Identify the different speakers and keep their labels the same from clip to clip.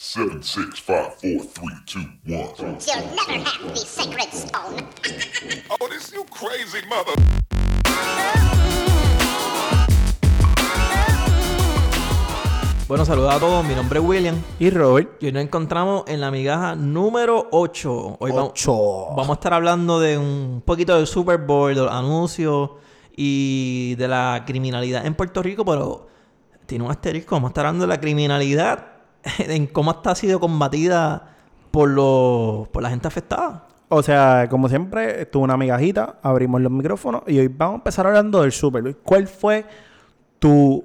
Speaker 1: Seven, six, five, four, three, two, one.
Speaker 2: You'll never have the sacred stone.
Speaker 1: Oh, this you crazy mother.
Speaker 3: Bueno, saludos a todos. Mi nombre es William.
Speaker 4: Y Robert.
Speaker 3: Y hoy nos encontramos en la migaja número 8. Hoy vamos-
Speaker 4: Ocho.
Speaker 3: Vamos a estar hablando de un poquito del Super Bowl, de los anuncios y de la criminalidad en Puerto Rico, pero tiene un asterisco. Vamos a estar hablando de la criminalidad, en cómo está sido combatida por, los, por la gente afectada.
Speaker 4: O sea, como siempre, tuvo una migajita, abrimos los micrófonos y hoy vamos a empezar hablando del Super Bowl. ¿Cuál fue tu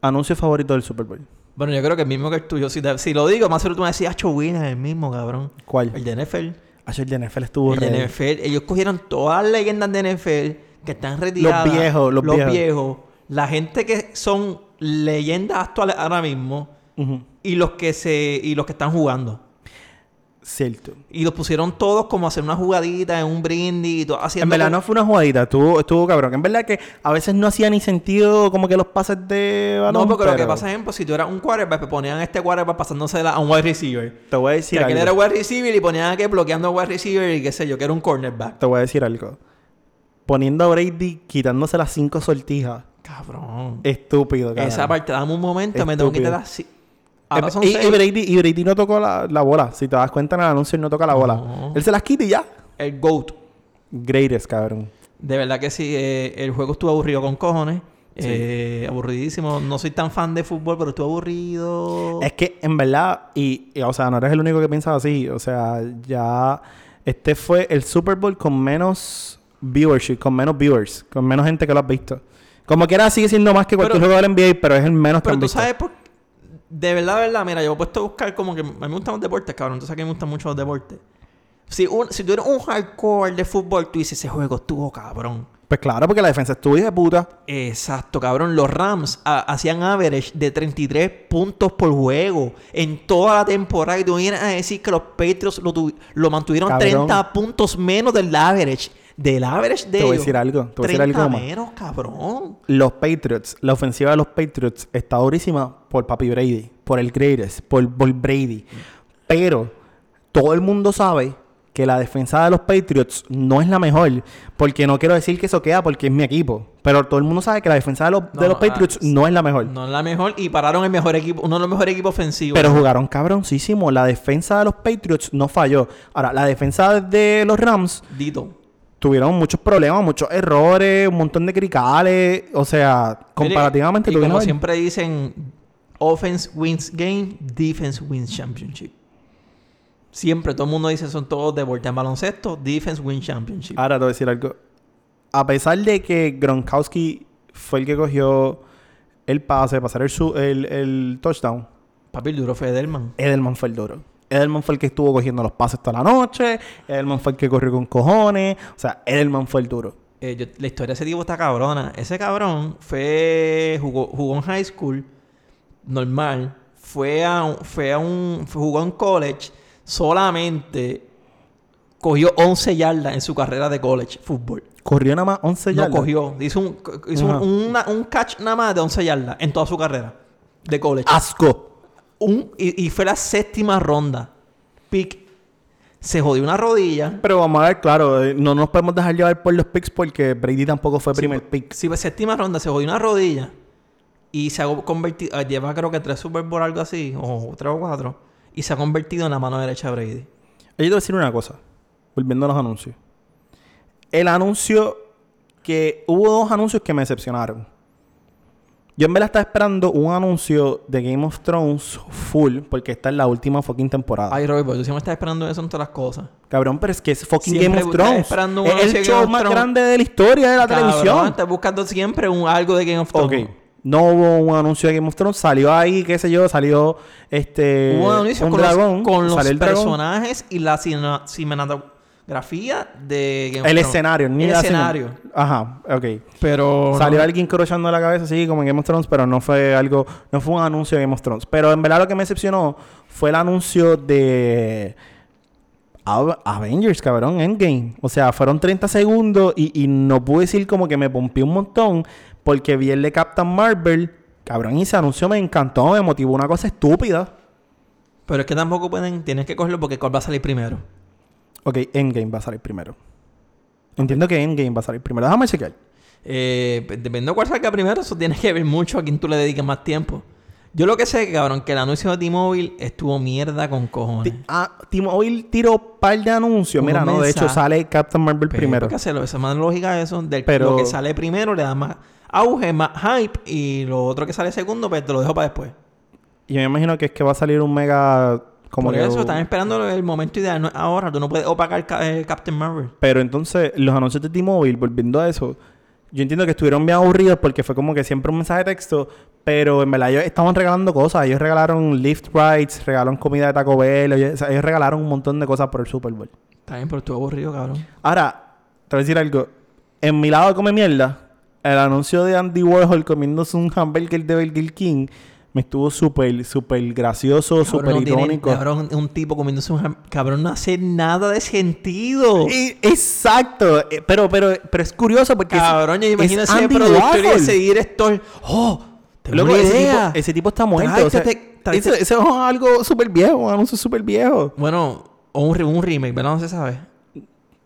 Speaker 4: anuncio favorito del Super Bowl?
Speaker 3: Bueno, yo creo que el mismo que el tuyo. Si, te- si lo digo, más seguro tú me decís, Acho Win es el mismo, cabrón.
Speaker 4: ¿Cuál?
Speaker 3: El de NFL.
Speaker 4: Ayer Ah, el de NFL estuvo
Speaker 3: El de
Speaker 4: ready.
Speaker 3: NFL, ellos cogieron todas las leyendas de NFL que están retiradas.
Speaker 4: Los viejos, los viejos.
Speaker 3: La gente que son leyendas actuales ahora mismo
Speaker 4: Ujú.
Speaker 3: y los que se y los que están jugando.
Speaker 4: Cierto.
Speaker 3: Y los pusieron todos como a hacer una jugadita en un brindis y todo haciendo
Speaker 4: En verdad
Speaker 3: como-
Speaker 4: no fue una jugadita, estuvo, estuvo cabrón. En verdad que a veces no hacía ni sentido como que los pases de balón.
Speaker 3: No, porque lo que
Speaker 4: pero
Speaker 3: pasa es, ejemplo, si tú eras un quarterback, te ponían a este quarterback pasándosela a un wide receiver.
Speaker 4: Te voy a
Speaker 3: Si
Speaker 4: decir
Speaker 3: aquel
Speaker 4: algo.
Speaker 3: era wide receiver y ponían a que bloqueando wide receiver y qué sé yo, que era un cornerback.
Speaker 4: Te voy a decir algo. Poniendo a Brady, quitándose las cinco sortijas.
Speaker 3: Cabrón.
Speaker 4: Estúpido, cabrón.
Speaker 3: Esa parte, dame un momento, me tengo que
Speaker 4: Estúpido.
Speaker 3: quitar las... si-
Speaker 4: Eh,
Speaker 3: Ahora son
Speaker 4: y,
Speaker 3: seis.
Speaker 4: y Brady, y Brady no tocó la, la bola. Si te das cuenta en el anuncio, él no toca la bola.
Speaker 3: No.
Speaker 4: Él se las quita y ya.
Speaker 3: El GOAT.
Speaker 4: Greatest, cabrón.
Speaker 3: De verdad que sí, eh, el juego estuvo aburrido con cojones. Eh, aburridísimo. No soy tan fan de fútbol, pero estuvo aburrido.
Speaker 4: Es que, en verdad, y, y, o sea, no eres el único que pensaba así. O sea, ya. Este fue el Super Bowl con menos viewership, con menos viewers, con menos gente que lo has visto. Como quiera, sigue siendo más que cualquier
Speaker 3: Pero-
Speaker 4: jugador NBA, pero es el menos que
Speaker 3: pero
Speaker 4: han
Speaker 3: tú
Speaker 4: visto.
Speaker 3: sabes por De verdad, verdad, mira, yo me he puesto a buscar como que. A mí me gustan los deportes, cabrón. Tú sabes que me gustan mucho los deportes. Si, un- si tú eres un hardcore de fútbol, tú dices, ese juego estuvo cabrón.
Speaker 4: Pues claro, porque la defensa estuvo hija de puta.
Speaker 3: Exacto, cabrón. Los Rams ah, hacían average de 33 puntos por juego en toda la temporada. Y tú vienes a decir que los Patriots lo, tuvi- lo mantuvieron
Speaker 4: Cabrón.
Speaker 3: 30 puntos menos del average. Del average de
Speaker 4: Te voy a
Speaker 3: ellos,
Speaker 4: decir algo, te voy a decir
Speaker 3: 30
Speaker 4: algo más.
Speaker 3: menos, cabrón.
Speaker 4: Los Patriots, la ofensiva de los Patriots está durísima por Papi Brady, por el Greatest, por, por Brady. Pero todo el mundo sabe que la defensa de los Patriots no es la mejor. Porque no quiero decir que eso queda porque es mi equipo. Pero todo el mundo sabe que la defensa de los, de
Speaker 3: No,
Speaker 4: los
Speaker 3: no,
Speaker 4: Patriots
Speaker 3: ah,
Speaker 4: no es la mejor.
Speaker 3: No es la mejor. Y pararon el mejor equipo, uno de los mejores equipos ofensivos.
Speaker 4: Pero jugaron cabroncísimo. La defensa de los Patriots no falló. Ahora, la defensa de los Rams
Speaker 3: Dito.
Speaker 4: tuvieron muchos problemas, muchos errores, un montón de cricales. O sea, comparativamente
Speaker 3: Y
Speaker 4: tuvieron
Speaker 3: como siempre dicen, offense wins game, defense wins championship. Siempre todo el mundo dice son todos deportes en baloncesto, defense wins championship.
Speaker 4: Ahora te voy a decir algo. A pesar de que Gronkowski fue el que cogió el pase para hacer el, su- el, el touchdown,
Speaker 3: Papi, el duro fue Edelman.
Speaker 4: Edelman fue el duro. Edelman fue el que estuvo cogiendo los pases toda la noche. Edelman fue el que corrió con cojones. O sea, Edelman fue el duro.
Speaker 3: Eh, yo- la historia de ese tipo está cabrona. Ese cabrón fue. jugó, jugó en high school, normal. Fue a, un- fue a un. fue- jugó en college. Solamente cogió 11 yardas en su carrera de college, fútbol.
Speaker 4: Corrió nada más 11
Speaker 3: No
Speaker 4: yardas.
Speaker 3: cogió. Hizo un, hizo un-
Speaker 4: Ajá.
Speaker 3: una- un catch nada más de 11 yardas en toda su carrera de college.
Speaker 4: Ah. Asco.
Speaker 3: Un- y, y fue la séptima ronda. Pick. Se jodió una rodilla.
Speaker 4: Pero vamos a ver, claro, eh, no nos podemos dejar llevar por los picks porque Brady tampoco fue primer pick.
Speaker 3: Si fue séptima ronda, se jodió una rodilla. Y se ha convertido. ah, Lleva creo que tres Super Bowl, algo así. O tres o cuatro. Y se ha convertido en la mano derecha de Brady.
Speaker 4: Yo te voy a decir una cosa, volviendo a los anuncios. El anuncio que hubo dos anuncios que me decepcionaron. Yo en verdad estaba esperando un anuncio de Game of Thrones full, porque esta es la última fucking temporada.
Speaker 3: Ay, Robert, porque tú siempre estás esperando eso en todas las cosas.
Speaker 4: Cabrón, pero es que es fucking
Speaker 3: Siempre
Speaker 4: Game of
Speaker 3: estás
Speaker 4: Thrones.
Speaker 3: esperando un
Speaker 4: Es
Speaker 3: anuncio de
Speaker 4: el show
Speaker 3: Game of
Speaker 4: más
Speaker 3: Thrones.
Speaker 4: grande de la historia de la
Speaker 3: Cabrón,
Speaker 4: televisión.
Speaker 3: Estás buscando siempre un, algo de Game of Thrones.
Speaker 4: Ok. No hubo un anuncio de Game of Thrones. Salió ahí, qué sé yo, salió este.
Speaker 3: Hubo anuncios
Speaker 4: un
Speaker 3: con
Speaker 4: dragón,
Speaker 3: los, con los
Speaker 4: salió el dragón.
Speaker 3: personajes y la cine- cinematografía de Game of
Speaker 4: El
Speaker 3: Thrones.
Speaker 4: escenario, ni
Speaker 3: El
Speaker 4: la-
Speaker 3: escenario.
Speaker 4: Ajá, ok.
Speaker 3: Pero. no-
Speaker 4: Salió alguien crochando la cabeza así como en Game of Thrones, pero no fue algo, no fue un anuncio de Game of Thrones. Pero en verdad lo que me decepcionó fue el anuncio de Av- Avengers, cabrón, Endgame. O sea, fueron 30 segundos y, y no pude decir como que me pompió un montón porque vi el de Captain Marvel, cabrón, y ese anuncio me encantó, me motivó una cosa estúpida.
Speaker 3: Pero es que tampoco pueden, tienes que cogerlo porque ¿cuál va a salir primero?
Speaker 4: Ok, Endgame va a salir primero. Entiendo que Endgame va a salir primero. Déjame chequear.
Speaker 3: Eh, pues, dependiendo de cuál salga primero, eso tienes que ver mucho a quién tú le dedicas más tiempo. Yo lo que sé, cabrón, que el anuncio de T-Mobile estuvo mierda con cojones.
Speaker 4: Ti- Ah, Timo, hoy tiro par de anuncios.
Speaker 3: Unos
Speaker 4: Mira, no, de hecho
Speaker 3: mensajes.
Speaker 4: sale Captain Marvel
Speaker 3: Pues,
Speaker 4: primero.
Speaker 3: hay que hacerlo, esa es más lógica eso. Del,
Speaker 4: Pero-
Speaker 3: Lo que sale primero le da más auge, más hype. Y lo otro que sale segundo, pues te lo dejo para después.
Speaker 4: Y me imagino que es que va a salir un mega como
Speaker 3: Por
Speaker 4: que-
Speaker 3: eso están esperando el momento ideal. no es ahora, tú no puedes opacar ca- eh, Captain Marvel.
Speaker 4: Pero entonces, los anuncios de T-Mobile, volviendo a eso, yo entiendo que estuvieron bien aburridos porque fue como que siempre un mensaje de texto, pero en verdad ellos estaban regalando cosas. Ellos regalaron lift rides, regalaron comida de Taco Bell, ellos, o sea, ellos regalaron un montón de cosas por el Super Bowl.
Speaker 3: Está bien, pero estuvo aburrido, cabrón.
Speaker 4: Ahora, te voy a decir algo. En mi lado de come mierda, el anuncio de Andy Warhol comiéndose un hamburger de Burger King me estuvo súper, súper gracioso,
Speaker 3: Cabrón,
Speaker 4: súper
Speaker 3: no tiene-
Speaker 4: irónico.
Speaker 3: cabrón, un tipo comiéndose un ham- Cabrón, no hace nada de sentido.
Speaker 4: Y- exacto, eh, pero, pero, pero es curioso porque es-
Speaker 3: Cabrón, yo
Speaker 4: es
Speaker 3: imagino ese
Speaker 4: Andy
Speaker 3: productor y
Speaker 4: Warhol.
Speaker 3: ese director. ¡Oh! Tengo
Speaker 4: Loco,
Speaker 3: una
Speaker 4: ese
Speaker 3: idea.
Speaker 4: tipo, ese tipo está muerto. o sea,
Speaker 3: Tráete- tráete-
Speaker 4: ese- ese este- es algo súper viejo, un anuncio súper viejo.
Speaker 3: Bueno, o un, re- un remake, ¿verdad? No se sabe.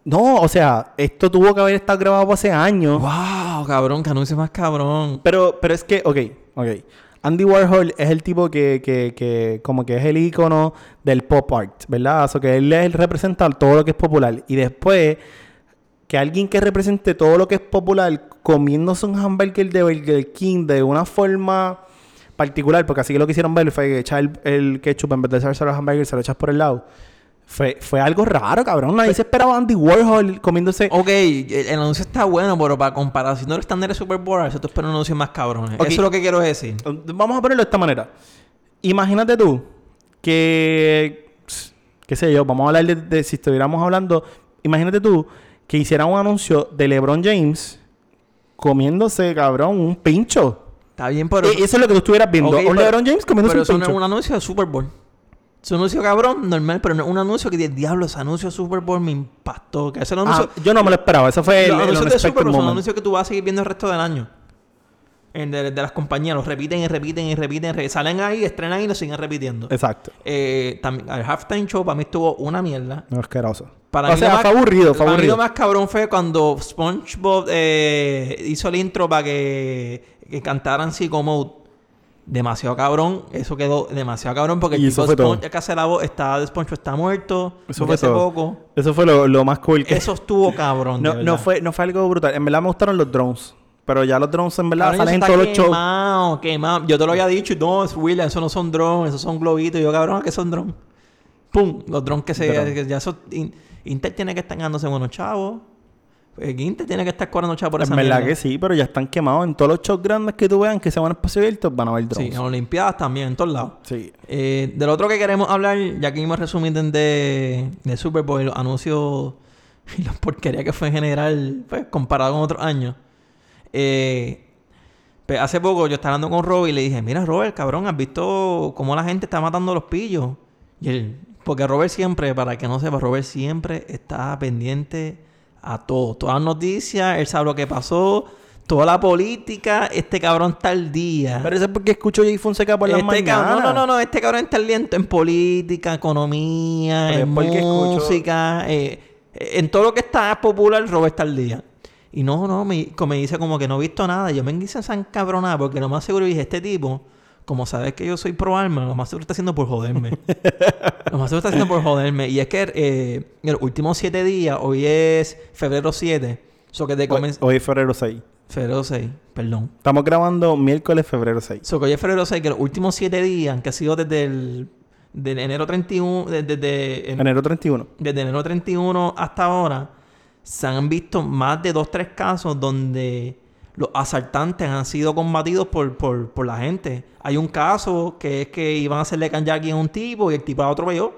Speaker 4: No, o sea, esto tuvo que haber estado grabado hace años.
Speaker 3: ¡Wow! Cabrón, que anuncio más cabrón.
Speaker 4: Pero, pero es que, ok, ok. Andy Warhol es el tipo que, que, que como que es el ícono del pop art, ¿verdad? O sea, que él es- representa todo lo que es popular. Y después, que alguien que represente todo lo que es popular comiéndose un hamburger de Burger King de una forma particular, porque así que lo que hicieron ver fue que echar el, el ketchup en vez de echarse los hamburgers, se lo echas por el lado. Fue, fue algo raro, cabrón. Nadie se esperaba a Andy Warhol comiéndose...
Speaker 3: Ok, el, el anuncio está bueno, pero para comparación de los estándares de Super Bowl, eso te espero un anuncio más cabrón.
Speaker 4: Ok.
Speaker 3: Eso es lo que quiero decir.
Speaker 4: Vamos a ponerlo de esta manera. Imagínate tú que, pss, qué sé yo, vamos a hablar de, de- si estuviéramos hablando, imagínate tú que hiciera un anuncio de LeBron James comiéndose, cabrón, un pincho.
Speaker 3: Está bien, pero.
Speaker 4: Eh, eso es lo que tú estuvieras viendo.
Speaker 3: Ok,
Speaker 4: un
Speaker 3: pero-
Speaker 4: LeBron James comiéndose
Speaker 3: Pero
Speaker 4: un
Speaker 3: eso no
Speaker 4: pincho.
Speaker 3: es un anuncio de Super Bowl. Es un anuncio cabrón, normal, pero no es un anuncio que dice, diablo, ese anuncio de Super Bowl me impactó. Que ese anuncio.
Speaker 4: Ah, yo no me lo esperaba. Eso fue el,
Speaker 3: los
Speaker 4: el
Speaker 3: anuncios de
Speaker 4: unexpected
Speaker 3: Super Bowl son
Speaker 4: moment.
Speaker 3: anuncios que tú vas a seguir viendo el resto del año. En de, de las compañías, los repiten y repiten y repiten. y re- Salen ahí, estrenan y lo siguen repitiendo.
Speaker 4: Exacto.
Speaker 3: Eh, también, el halftime show para mí estuvo una mierda.
Speaker 4: No, asqueroso.
Speaker 3: Para
Speaker 4: o
Speaker 3: mí
Speaker 4: sea,
Speaker 3: lo más-
Speaker 4: fue aburrido, fue
Speaker 3: para mí
Speaker 4: aburrido.
Speaker 3: lo más cabrón fue cuando SpongeBob eh, hizo el intro para que, que cantaran Psycho Mode. Demasiado cabrón. Eso quedó demasiado cabrón porque
Speaker 4: Y
Speaker 3: el
Speaker 4: eso
Speaker 3: tipo
Speaker 4: fue todo.
Speaker 3: Sponge, que hace la voz, está, de SpongeBob está muerto.
Speaker 4: Eso
Speaker 3: murió
Speaker 4: fue
Speaker 3: hace
Speaker 4: todo.
Speaker 3: poco.
Speaker 4: Eso fue lo, lo más cool que...
Speaker 3: Eso estuvo cabrón.
Speaker 4: No,
Speaker 3: de
Speaker 4: no
Speaker 3: verdad.
Speaker 4: fue, no fue algo brutal. En verdad me gustaron los drones. Pero ya los drones en verdad
Speaker 3: Cabrón,
Speaker 4: salen en
Speaker 3: eso
Speaker 4: todos
Speaker 3: está
Speaker 4: los shows.
Speaker 3: Quemado, quemado. Yo te lo había dicho, no, es William, eso no son drones, esos son globitos. Y Yo, cabrón, ¿a qué son drones? ¡Pum! Los drones que se.
Speaker 4: Dron.
Speaker 3: que ya eso- In- Intel tiene que estar ganándose buenos chavos. Eh, Intel tiene que estar cobrando chavos por esa
Speaker 4: en verdad
Speaker 3: mierda.
Speaker 4: que sí, pero ya están quemados. En todos los shows grandes que tú veas que se van a espacio abierto, van a ver
Speaker 3: Sí, en
Speaker 4: drones.
Speaker 3: las Olimpiadas también, en todos lados.
Speaker 4: Sí.
Speaker 3: Eh, del otro que queremos hablar, ya que hemos resumido de, de Super Bowl, los anuncios y la porquería que fue en general, pues, comparado con otros años. Eh, pues, hace poco yo estaba hablando con Robert y le dije, mira Robert, cabrón, ¿has visto cómo la gente está matando a los pillos? Y él, porque Robert siempre, para el que no sepa, Robert siempre está pendiente a todo. Todas las noticias, él sabe lo que pasó, toda la política, este cabrón está al día.
Speaker 4: Pero eso es porque escucho Jay Fonseca por las
Speaker 3: Ah. Este
Speaker 4: mañanas.
Speaker 3: cabrón- no, no, no, no, este cabrón está lento en política, economía,
Speaker 4: Pero
Speaker 3: en
Speaker 4: es porque escucho-
Speaker 3: música, eh, en todo lo que está popular, Robert está al día. Y no, no, me, co- me dice como que no he visto nada. Yo me hice san cabronada porque lo más seguro dije, este tipo, como sabes que yo soy pro alma, lo más seguro está haciendo por joderme. lo más seguro está haciendo por joderme. Y es que eh, en los últimos siete días, hoy es febrero 7, so que te
Speaker 4: Hoy,
Speaker 3: comen...
Speaker 4: hoy es febrero 6.
Speaker 3: Febrero 6, perdón.
Speaker 4: Estamos grabando miércoles febrero 6.
Speaker 3: So que hoy es febrero 6, que los últimos 7 días, que ha sido desde el del enero 31, desde, desde, en-
Speaker 4: Enero 31.
Speaker 3: desde enero 31 hasta ahora, se han visto más de 2 tres casos donde los asaltantes han sido combatidos por, por, por la gente. Hay un caso que es que iban a hacerle canjaki a un tipo y el tipo lo atropelló.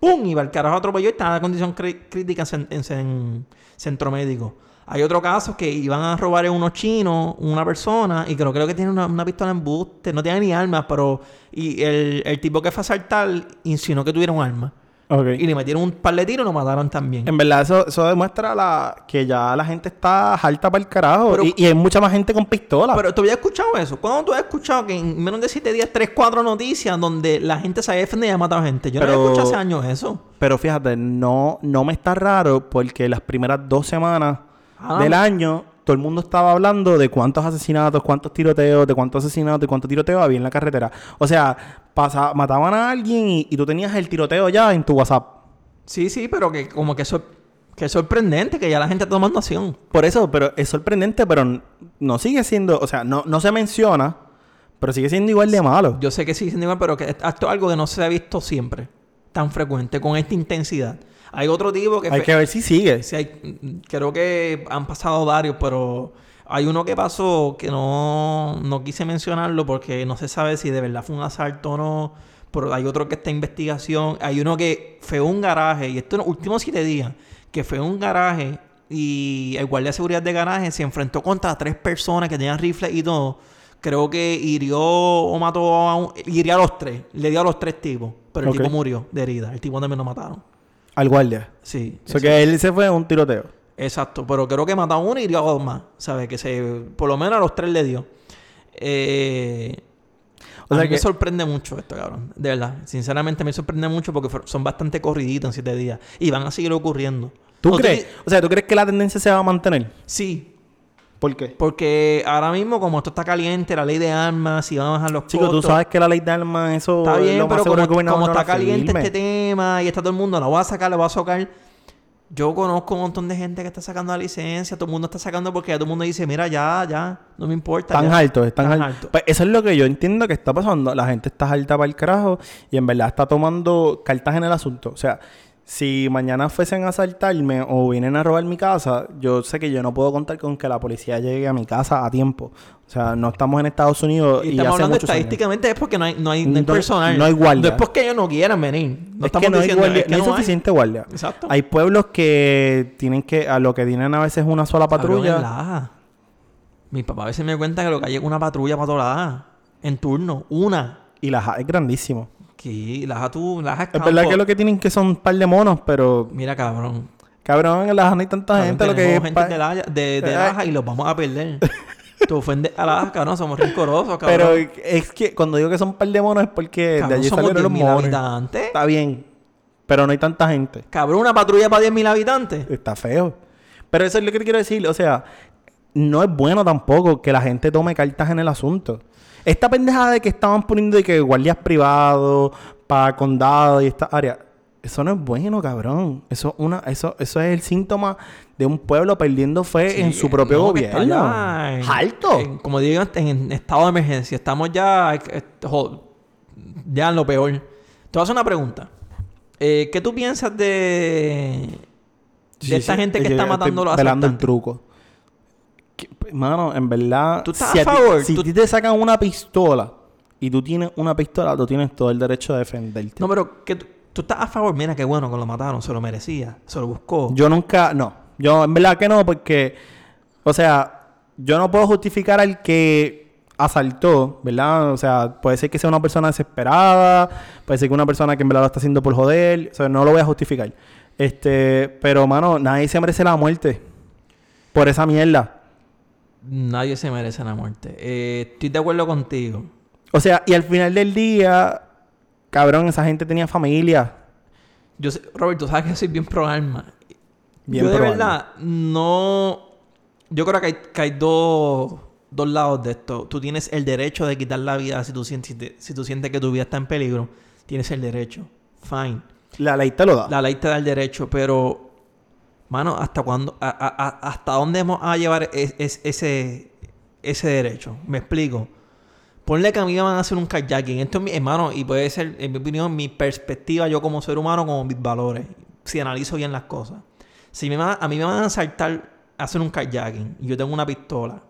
Speaker 3: ¡Pum! Iba el carajo atropelló y estaba en una condición cri- crítica en, cen- en cen- centro médico. Hay otro caso que iban a robar a unos chinos, una persona, y creo, creo que tiene una, una pistola en buste, no tiene ni armas, pero. Y el, el tipo que fue a asaltar insinuó que tuviera un arma.
Speaker 4: Ok.
Speaker 3: Y le metieron un par de tiros y lo mataron también.
Speaker 4: En verdad, eso, eso demuestra la, que ya la gente está harta para el carajo.
Speaker 3: Pero-
Speaker 4: y, y hay mucha más gente con pistola.
Speaker 3: Pero tú habías escuchado eso. ¿Cuándo tú has escuchado que en menos de 7 días, 3, 4 noticias donde la gente se defiende y ha matado gente? Yo no
Speaker 4: Pero-
Speaker 3: había escuchado hace años eso.
Speaker 4: Pero fíjate, no, no me está raro porque las primeras dos semanas
Speaker 3: Ah.
Speaker 4: del año todo el mundo estaba hablando de cuántos asesinatos, cuántos tiroteos, de cuántos asesinatos, de cuántos tiroteos había en la carretera. O sea, pasa, mataban a alguien y, y tú tenías el tiroteo ya en tu WhatsApp.
Speaker 3: Sí, sí, pero que como que, sor- que es sorprendente que ya la gente está tomando acción.
Speaker 4: Por eso, pero es sorprendente, pero n- no sigue siendo, o sea, no, no se menciona, pero sigue siendo igual de malo.
Speaker 3: Yo sé que sí, Cindy, pero que esto es algo que no se ha visto siempre, tan frecuente, con esta intensidad. Hay otro tipo que...
Speaker 4: Hay
Speaker 3: fe-
Speaker 4: que ver si sigue.
Speaker 3: Sí, hay- creo que han pasado varios, pero hay uno que pasó que no, no quise mencionarlo porque no se sabe si de verdad fue un asalto o no. Pero hay otro que está en investigación. Hay uno que fue a un garaje, y esto en los últimos siete días, que fue a un garaje y el guardia de seguridad de garaje se enfrentó contra tres personas que tenían rifles y todo. Creo que hirió o mató a un... Hirió a los tres. Le dio a los tres tipos. Pero el
Speaker 4: Ok.
Speaker 3: tipo murió de herida. El tipo también lo mataron.
Speaker 4: Al guardia.
Speaker 3: Sí.
Speaker 4: O sea, que él se fue a un tiroteo.
Speaker 3: Exacto, pero creo que mató a uno y hirió a dos más, ¿sabes? Que se, por lo menos a los tres le dio. Eh,
Speaker 4: O
Speaker 3: a mí
Speaker 4: sea
Speaker 3: me
Speaker 4: que-
Speaker 3: sorprende mucho esto, cabrón. De verdad, sinceramente me sorprende mucho porque fue- son bastante corriditos en siete días y van a seguir ocurriendo.
Speaker 4: ¿Tú
Speaker 3: No,
Speaker 4: crees? O sea, ¿tú crees que la tendencia se va a mantener?
Speaker 3: Sí,
Speaker 4: ¿Por qué?
Speaker 3: porque ahora mismo como esto está caliente, la ley de armas, si van a bajar los
Speaker 4: Chico, tú
Speaker 3: costos,
Speaker 4: sabes que la ley de armas, eso
Speaker 3: Está bien,
Speaker 4: lo más
Speaker 3: pero
Speaker 4: seguro
Speaker 3: como,
Speaker 4: el gobernador
Speaker 3: como
Speaker 4: no
Speaker 3: está
Speaker 4: la
Speaker 3: caliente
Speaker 4: firme.
Speaker 3: este tema y está todo el mundo, la voy a sacar, la voy a sacar. Yo conozco un montón de gente que está sacando la licencia, todo el mundo está sacando porque ya todo el mundo dice, mira, ya, ya, no me importa.
Speaker 4: Están
Speaker 3: ya".
Speaker 4: altos, están
Speaker 3: Están
Speaker 4: altos.
Speaker 3: altos.
Speaker 4: Pues eso es lo que yo entiendo que está pasando. La gente está alta para el carajo y en verdad está tomando cartas en el asunto. O sea, si mañana fuesen a asaltarme o vienen a robar mi casa, yo sé que yo no puedo contar con que la policía llegue a mi casa a tiempo. O sea, no estamos en Estados Unidos
Speaker 3: Y
Speaker 4: y,
Speaker 3: estamos
Speaker 4: hace
Speaker 3: hablando
Speaker 4: muchos años.
Speaker 3: estadísticamente es porque no hay, no hay, no hay
Speaker 4: No-
Speaker 3: personal.
Speaker 4: no hay guardia.
Speaker 3: No es porque ellos no quieran venir. No
Speaker 4: es
Speaker 3: estamos
Speaker 4: que no hay
Speaker 3: diciendo
Speaker 4: guardia-
Speaker 3: es que
Speaker 4: no hay
Speaker 3: no hay.
Speaker 4: suficiente guardia.
Speaker 3: Exacto.
Speaker 4: Hay pueblos que tienen que, a lo que tienen a veces una sola
Speaker 3: Cabrón, en
Speaker 4: patrulla.
Speaker 3: Laja. Mi papá a veces me cuenta que lo que hay es una patrulla para toda la Laja, en turno, una.
Speaker 4: Y la ja- es grandísimo.
Speaker 3: Que Laja tú, Laja
Speaker 4: Es verdad
Speaker 3: campo.
Speaker 4: que lo que tienen que son un par de monos, pero
Speaker 3: Mira, cabrón.
Speaker 4: cabrón, en las no hay tanta
Speaker 3: Cabrón,
Speaker 4: gente. Lo que es
Speaker 3: tenemos
Speaker 4: pa-
Speaker 3: gente de, la, de, de
Speaker 4: Ay.
Speaker 3: Laja y los vamos a perder. Tú ofendes a Laja, cabrón, somos rencorosos,
Speaker 4: pero
Speaker 3: cabrón.
Speaker 4: es que cuando digo que son un par de monos es porque
Speaker 3: cabrón,
Speaker 4: de allí
Speaker 3: somos
Speaker 4: salieron los
Speaker 3: 10.000
Speaker 4: monos.
Speaker 3: habitantes.
Speaker 4: Está bien, pero no hay tanta gente.
Speaker 3: Cabrón, una patrulla para 10.000 habitantes.
Speaker 4: Está feo. Pero eso es lo que te quiero decir. O sea, no es bueno tampoco que la gente tome cartas en el asunto. Esta pendejada de que estaban poniendo de que guardias privados para condado y esta área. Eso no es bueno, cabrón. Eso, es una, eso, eso es el síntoma de un pueblo perdiendo fe
Speaker 3: Sí,
Speaker 4: Eh, en su propio
Speaker 3: no, que está
Speaker 4: gobierno.
Speaker 3: ya en-
Speaker 4: ¡Alto!
Speaker 3: en- como digo, en, en estado de emergencia. Estamos ya, eh, jo- ya en lo peor. Te voy a hacer una pregunta. Eh, ¿Qué tú piensas de, de
Speaker 4: Sí,
Speaker 3: esta
Speaker 4: sí.
Speaker 3: gente que
Speaker 4: Yo
Speaker 3: está
Speaker 4: estoy
Speaker 3: matando a los
Speaker 4: velando el
Speaker 3: asaltantes?
Speaker 4: truco. Que, Mano, en verdad.
Speaker 3: ¿Tú estás
Speaker 4: si
Speaker 3: a
Speaker 4: ti-
Speaker 3: favor?
Speaker 4: si
Speaker 3: ¿Tú-
Speaker 4: a ti te sacan una pistola y tú tienes una pistola, tú tienes todo el derecho a defenderte.
Speaker 3: No, pero que tú, tú estás a favor. Mira, qué bueno que lo mataron. Se lo merecía. Se lo buscó.
Speaker 4: Yo nunca, no. Yo, en verdad que no, porque, o sea, yo no puedo justificar al que asaltó, ¿verdad? O sea, puede ser que sea una persona desesperada, puede ser que una persona que en verdad lo está haciendo por joder, o sea, no lo voy a justificar. Este, pero, mano, nadie se merece la muerte por esa mierda.
Speaker 3: Nadie se merece la muerte. Eh, estoy de acuerdo contigo.
Speaker 4: O sea, y al final del día, cabrón, esa gente tenía familia.
Speaker 3: Yo sé- Robert, tú sabes que yo soy bien pro alma.
Speaker 4: Bien
Speaker 3: yo de
Speaker 4: pro alma.
Speaker 3: verdad no... Yo creo que hay, que hay dos, dos lados de esto. Tú tienes el derecho de quitar la vida si tú, sientes, si tú sientes que tu vida está en peligro. Tienes el derecho. Fine.
Speaker 4: La ley te lo da.
Speaker 3: La ley te da el derecho, pero... Mano, ¿hasta cuándo? a- a- a- ¿Hasta dónde vamos a llevar es- es- ese, ese derecho? Me explico. Ponle que a mí me van a hacer un carjacking. Esto es mi hermano y puede ser, en mi opinión, mi perspectiva, yo como ser humano, como mis valores. Si analizo bien las cosas. Si me van- a mí me van a saltar, hacer un carjacking y yo tengo una pistola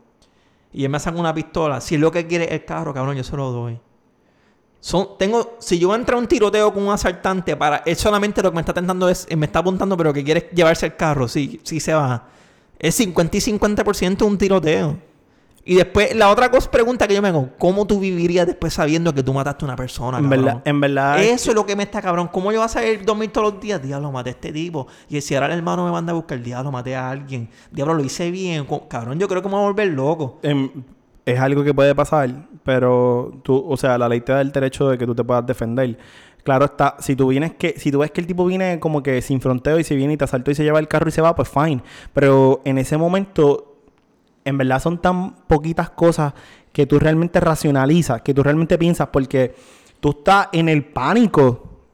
Speaker 3: y él me saca una pistola, si es lo que quiere el carro, cabrón, yo se lo doy. Son, tengo, si yo entro a un tiroteo con un asaltante para él solamente lo que me está tentando es, me está apuntando, pero que quiere es llevarse el carro, sí, sí se va. Es 50 y 50% un tiroteo. Y después, la otra cosa, pregunta que yo me hago, ¿cómo tú vivirías después sabiendo que tú mataste a una persona?
Speaker 4: En
Speaker 3: cabrón?
Speaker 4: verdad, en verdad. eh,
Speaker 3: Eso es lo que me está cabrón. ¿Cómo yo voy a salir dormir todos los días? Diablo, maté a este tipo. Y si ahora el hermano me manda a buscar, diablo, maté a alguien. Diablo, lo hice bien. Co- Cabrón, yo creo que me voy a volver loco.
Speaker 4: em, es algo que puede pasar, pero tú, o sea, la ley te da el derecho de que tú te puedas defender. Claro está, si tú vienes que, si tú ves que el tipo viene como que sin fronteo y se viene y te asaltó y se lleva el carro y se va, pues fine. Pero en ese momento, en verdad son tan poquitas cosas que tú realmente racionalizas, que tú realmente piensas, porque tú estás en el pánico,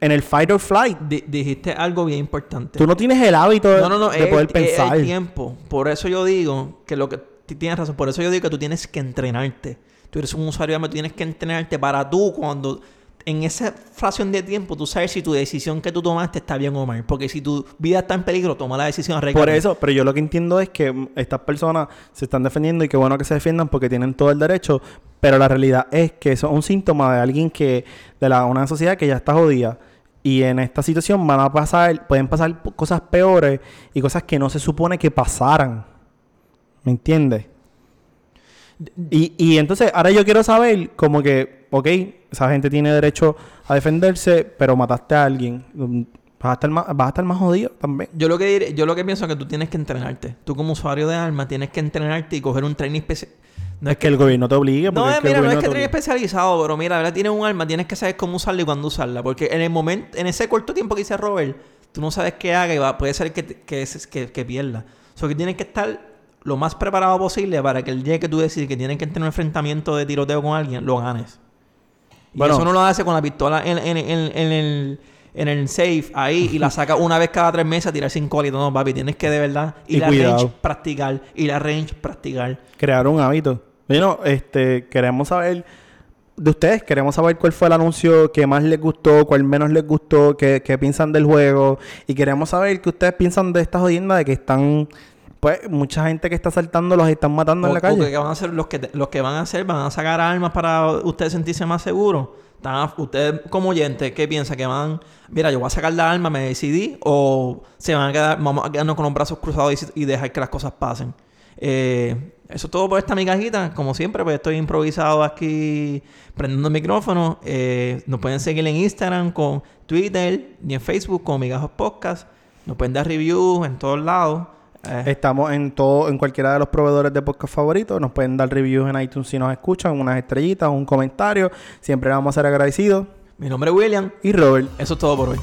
Speaker 4: en el fight or flight.
Speaker 3: Di- dijiste algo bien importante.
Speaker 4: Tú no tienes el hábito
Speaker 3: No, no, no.
Speaker 4: de
Speaker 3: es-
Speaker 4: poder
Speaker 3: es-
Speaker 4: pensar.
Speaker 3: Es el tiempo. Por eso yo digo que lo que t- tienes razón. Por eso yo digo que tú tienes que entrenarte. Tú eres un usuario, tú tienes que entrenarte para tú cuando en esa fracción de tiempo tú sabes si tu decisión que tú tomaste está bien o mal. Porque si tu vida está en peligro, toma la decisión arreglada.
Speaker 4: Por eso, pero yo lo que entiendo es que mm, estas personas se están defendiendo y qué bueno que se defiendan porque tienen todo el derecho, pero la realidad es que eso es un síntoma de alguien que, de la, una sociedad que ya está jodida. Y en esta situación van a pasar, pueden pasar p- cosas peores y cosas que no se supone que pasaran. ¿Me entiendes? Y, y entonces, ahora yo quiero saber, como que, ok, esa gente tiene derecho a defenderse, pero mataste a alguien. Mm, Vas a estar más, vas a estar más jodido también.
Speaker 3: Yo lo que diré- yo lo que pienso es que tú tienes que entrenarte. Tú como usuario de armas tienes que entrenarte y coger un training especial. No es
Speaker 4: Que el gobierno te obligue.
Speaker 3: No,
Speaker 4: porque
Speaker 3: eh,
Speaker 4: que el
Speaker 3: mira, no es
Speaker 4: gobierno
Speaker 3: que
Speaker 4: te
Speaker 3: training
Speaker 4: obligue.
Speaker 3: especializado, pero mira, ahora tienes un arma, tienes que saber cómo usarla y cuándo usarla. Porque en el momento, en ese corto tiempo que dice Robert, tú no sabes qué haga y va, puede ser que, te- que, es- que, que pierda. O sea, que tienes que estar lo más preparado posible para que el día que tú decides que tienen que tener un enfrentamiento de tiroteo con alguien, lo ganes. Y
Speaker 4: Bueno.
Speaker 3: eso no lo hace con la pistola en, en- en- en el, en el safe ahí y la saca una vez cada tres meses a tirar cinco alitos. No, papi, tienes que de verdad
Speaker 4: Y
Speaker 3: ir a
Speaker 4: cuidado.
Speaker 3: range practicar, ir a range practicar.
Speaker 4: Crear un hábito. Bueno, este, queremos saber de ustedes, queremos saber cuál fue el anuncio que más les gustó, cuál menos les gustó, qué, qué piensan del juego. Y queremos saber qué ustedes piensan de esta jodienda de que están, pues, mucha gente que está saltando los están matando en
Speaker 3: O-
Speaker 4: la
Speaker 3: o
Speaker 4: calle.
Speaker 3: que van a hacer los que los que van a hacer van a sacar armas para ustedes sentirse más seguros. Tan- Ustedes como oyentes, ¿qué piensan? Que van, mira, yo voy a sacar la arma, me decidí, o se van a quedar, vamos a quedarnos con los brazos cruzados y, y dejar que las cosas pasen. Eh, eso es todo por esta migajita. Como siempre, pues estoy improvisado aquí prendiendo el micrófono. Eh, nos pueden seguir en Instagram, con Twitter y en Facebook con Migajos Podcast. Nos pueden dar reviews en todos lados. Eh,
Speaker 4: Estamos en todo, en cualquiera de los proveedores de podcast favoritos. Nos pueden dar reviews en iTunes si nos escuchan, unas estrellitas, un comentario. Siempre vamos a ser agradecidos.
Speaker 3: mi nombre es William.
Speaker 4: Y Robert.
Speaker 3: Eso es todo por hoy.